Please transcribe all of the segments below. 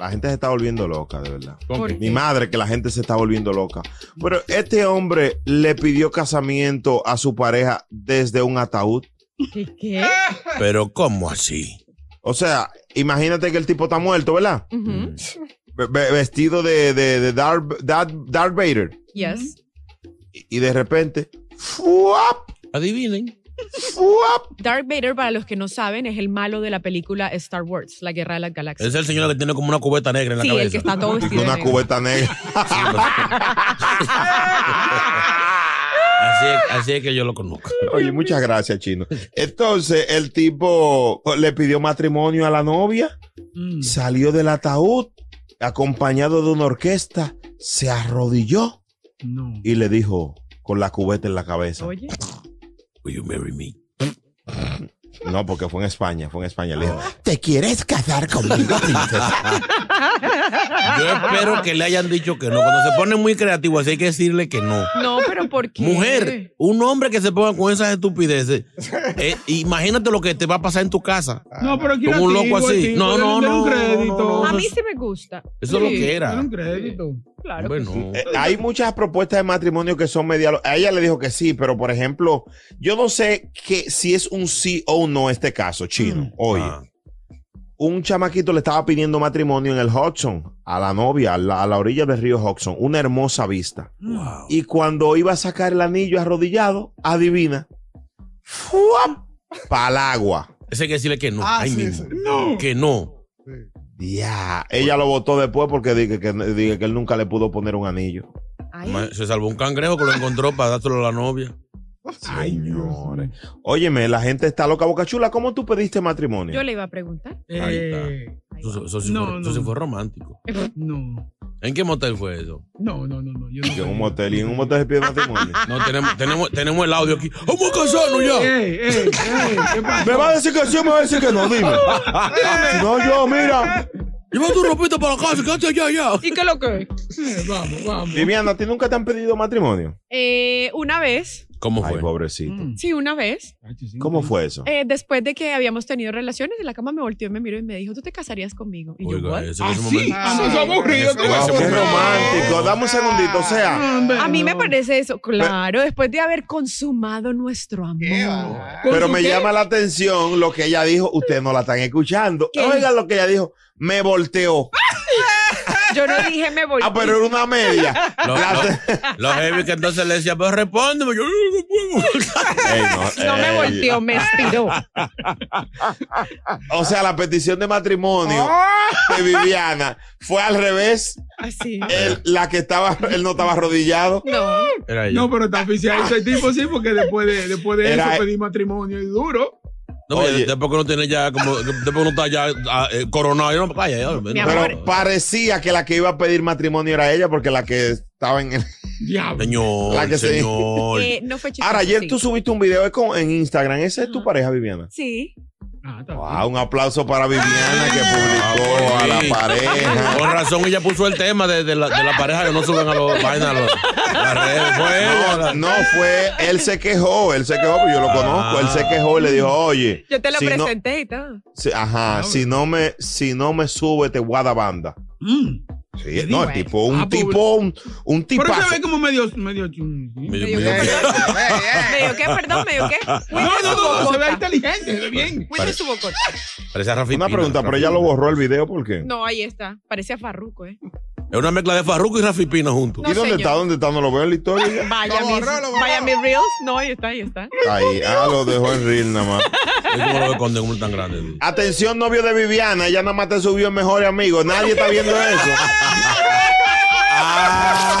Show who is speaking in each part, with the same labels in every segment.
Speaker 1: la gente se está volviendo loca, de verdad.
Speaker 2: ¿Con qué?
Speaker 1: Mi madre, que la gente se está volviendo loca. Pero este hombre le pidió casamiento a su pareja desde un ataúd.
Speaker 3: ¿Qué? qué?
Speaker 1: Pero, ¿cómo así? O sea, imagínate que el tipo está muerto, ¿verdad?
Speaker 3: Ujú.
Speaker 1: Ve- ve- Vestido de, de, de Darth, Darth, Darth Vader.
Speaker 3: Yes.
Speaker 1: Y de repente,
Speaker 3: ¡Fuap!
Speaker 4: Adivinen.
Speaker 3: Darth Vader, para los que no saben, es el malo de la película Star Wars, La Guerra de las Galaxias.
Speaker 4: Es el señor que tiene como una cubeta negra en la
Speaker 3: Sí, el
Speaker 4: cabeza.
Speaker 3: que está todo vestido de
Speaker 1: una
Speaker 3: negro.
Speaker 1: cubeta negra.
Speaker 4: Así es, así es que yo lo conozco.
Speaker 1: Oye, muchas gracias, Chino. Entonces, el tipo le pidió matrimonio a la novia, salió del ataúd, acompañado de una orquesta, se arrodilló y le dijo con la cubeta en la cabeza.
Speaker 3: Oye.
Speaker 4: Will you marry me?
Speaker 1: No, porque fue en España, fue en España. Le dijo,
Speaker 5: ¿Te quieres casar conmigo,
Speaker 4: Yo espero que le hayan dicho que no. Cuando se pone muy creativo, así hay que decirle que no.
Speaker 3: No, pero ¿por qué?
Speaker 4: Mujer, un hombre que se ponga con esas estupideces, eh, imagínate lo que te va a pasar en tu casa.
Speaker 1: Ah,
Speaker 6: No, pero aquí
Speaker 4: Como un loco así. No, no, no.
Speaker 6: Un crédito.
Speaker 3: A mí sí me gusta.
Speaker 4: Eso es lo que era.
Speaker 6: denle un crédito.
Speaker 3: Claro.
Speaker 1: Eh, hay muchas propuestas de matrimonio que son media. A ella le dijo que sí, pero por ejemplo, yo no sé que, si es un sí o un no este caso, chino. Oye, un chamaquito le estaba pidiendo matrimonio en el Hudson a la novia, a la, a la orilla del río Hudson. Una hermosa vista. Y cuando iba a sacar el anillo arrodillado, adivina. Para el agua.
Speaker 4: Ese hay que decirle que no.
Speaker 6: Ah,
Speaker 4: Ay,
Speaker 6: sí,
Speaker 4: mismo.
Speaker 6: sí. No.
Speaker 4: Que no.
Speaker 1: Ya. Ella lo votó después porque dije que, dije que él nunca le pudo poner un anillo.
Speaker 4: Ma- Se salvó un cangrejo que lo encontró para dárselo a la novia.
Speaker 1: Señores. Óyeme, la gente está loca. Boca Chula, ¿cómo tú pediste matrimonio?
Speaker 3: Yo le iba a preguntar.
Speaker 4: Ahí está. Eso, eso sí
Speaker 6: eh, No,
Speaker 4: fue,
Speaker 6: no.
Speaker 4: eso sí fue romántico.
Speaker 6: No,
Speaker 4: ¿En qué motel fue eso?
Speaker 6: no, no, no, no. Yo
Speaker 1: Yo
Speaker 6: no.
Speaker 1: en un motel y en un motel se pide
Speaker 3: Ah,
Speaker 1: matrimonio.
Speaker 4: No, tenemos, tenemos, tenemos el audio aquí. ¡Vamos a casarnos ya!
Speaker 6: Ey, ey, ey, ¿qué
Speaker 3: ah,
Speaker 6: pasó?
Speaker 1: Me va a decir que sí, me va a decir que no, dime. Si no, yo, mira.
Speaker 4: Lleva tu ropita para la casa, quédate allá, ya.
Speaker 3: ¿Y qué lo que?
Speaker 6: Eh, vamos, vamos.
Speaker 1: Viviana, ¿a ti nunca te han pedido matrimonio?
Speaker 3: Eh, una vez,
Speaker 4: ¿Cómo
Speaker 1: Ay,
Speaker 4: fue?
Speaker 1: pobrecito.
Speaker 3: sí, una vez,
Speaker 4: Ah,
Speaker 1: ¿Cómo fue eso?
Speaker 3: Mm. eh, después de que habíamos tenido relaciones, en la cama me volteó y me miró y me dijo, ¿tú te casarías conmigo? Y yo,
Speaker 4: Oiga,
Speaker 3: "What?". Ah,
Speaker 4: eso en ese
Speaker 6: Así,
Speaker 4: momento-
Speaker 6: eso es aburrido.
Speaker 4: Eso-
Speaker 6: tú
Speaker 1: Wow,
Speaker 6: vas a
Speaker 1: qué
Speaker 6: hacer.
Speaker 1: romántico. Dame un segundito. O
Speaker 3: Mm.
Speaker 1: sea,
Speaker 6: Hombre,
Speaker 3: A mí me
Speaker 6: no.
Speaker 3: parece eso, claro, después de haber consumado nuestro amor.
Speaker 6: ¿Con
Speaker 1: pero
Speaker 6: su
Speaker 1: me
Speaker 6: qué?
Speaker 1: llama la atención lo que ella dijo. Ustedes no la están escuchando.
Speaker 3: ¿Qué?
Speaker 1: Oigan lo que ella dijo. Me volteó.
Speaker 3: Yo no dije me volteé.
Speaker 1: Ah, pero era una media.
Speaker 4: Lo, lo- lo heavy que entonces le decía, pero respóndeme. Yo "Yo no puedo.
Speaker 1: Ey,
Speaker 3: No me
Speaker 4: eh,
Speaker 1: ey.
Speaker 3: volteó, me estiró.
Speaker 1: O sea, la petición de matrimonio
Speaker 3: Ah.
Speaker 1: de Viviana fue al revés.
Speaker 3: Así.
Speaker 1: Él, la que estaba, él no estaba arrodillado.
Speaker 3: No.
Speaker 4: Era yo.
Speaker 6: No, pero está oficial ese tipo, sí, porque después de, después de
Speaker 1: Era- e-
Speaker 6: eso pedí matrimonio y duro.
Speaker 4: No, oye,
Speaker 1: Oye.
Speaker 4: después que uno tiene ya como, después que uno está ya ah, eh, coronado, yo no, calla, ya, no,
Speaker 3: Mi amor.
Speaker 1: Pero parecía que la que iba a pedir matrimonio era ella, porque la que estaba en el.
Speaker 6: Diablo.
Speaker 4: Señor,
Speaker 1: La que se-
Speaker 4: señor.
Speaker 3: Eh, no fue chistoso.
Speaker 1: Ahora, ayer
Speaker 3: sí.
Speaker 1: tú subiste un video es con- en Instagram. ¿Esa es tu
Speaker 3: Ajá.
Speaker 1: pareja, Viviana?
Speaker 3: Sí.
Speaker 6: Ah,
Speaker 1: Wow, un aplauso para Viviana que
Speaker 3: Ah.
Speaker 1: publicó a la pareja.
Speaker 4: Con razón ella puso el tema de, de la, de la pareja que no suben a los vainas a los- a las redes. pues, Fue
Speaker 1: No,
Speaker 4: ella.
Speaker 1: no fue, él se quejó, él se quejó, porque yo lo conozco, él se quejó y le dijo, oye,
Speaker 3: Ah. Yo te lo
Speaker 1: si no-
Speaker 3: presenté y todo.
Speaker 1: si- ajá,
Speaker 6: Ah,
Speaker 1: si no me, si no me sube, te voy a dar banda.
Speaker 6: Mm.
Speaker 1: Sí, no, el tipo, un
Speaker 6: Ah,
Speaker 1: tipo, un, un
Speaker 6: Pero
Speaker 1: tipazo.
Speaker 6: se ve como medio. medio mm, chun-
Speaker 4: Medio-
Speaker 3: Me dio
Speaker 4: medio-
Speaker 3: perdón. Me dio qué, perdón, me dio qué. Cuide
Speaker 6: No,
Speaker 3: su
Speaker 6: no, no, se ve
Speaker 3: bocota.
Speaker 6: inteligente, se ve bien.
Speaker 3: Cuide su bocota.
Speaker 4: Parece a Rafi
Speaker 1: Una
Speaker 4: Pina,
Speaker 1: pregunta,
Speaker 4: Rafi
Speaker 1: pero ella
Speaker 4: Pina.
Speaker 1: lo borró el video, ¿por qué?
Speaker 3: No, ahí está. Parece a Farruko, ¿eh?
Speaker 4: Es una mezcla de Farruko y Rafi Pina juntos.
Speaker 3: No,
Speaker 1: ¿Y dónde
Speaker 3: señor.
Speaker 1: está? ¿Dónde está? No lo veo en la historia.
Speaker 3: Vaya,
Speaker 6: Lo
Speaker 3: mis,
Speaker 6: borró, lo borró.
Speaker 3: vaya mis reels. No, ahí está, ahí está.
Speaker 1: Ahí, ah, lo dejó en reel nada más.
Speaker 4: Es como lo ve con un tan grande.
Speaker 1: Atención, novio de Viviana, ella nada más te subió en mejor amigo. Nadie está viendo eso. Ah,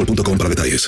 Speaker 7: para detalles.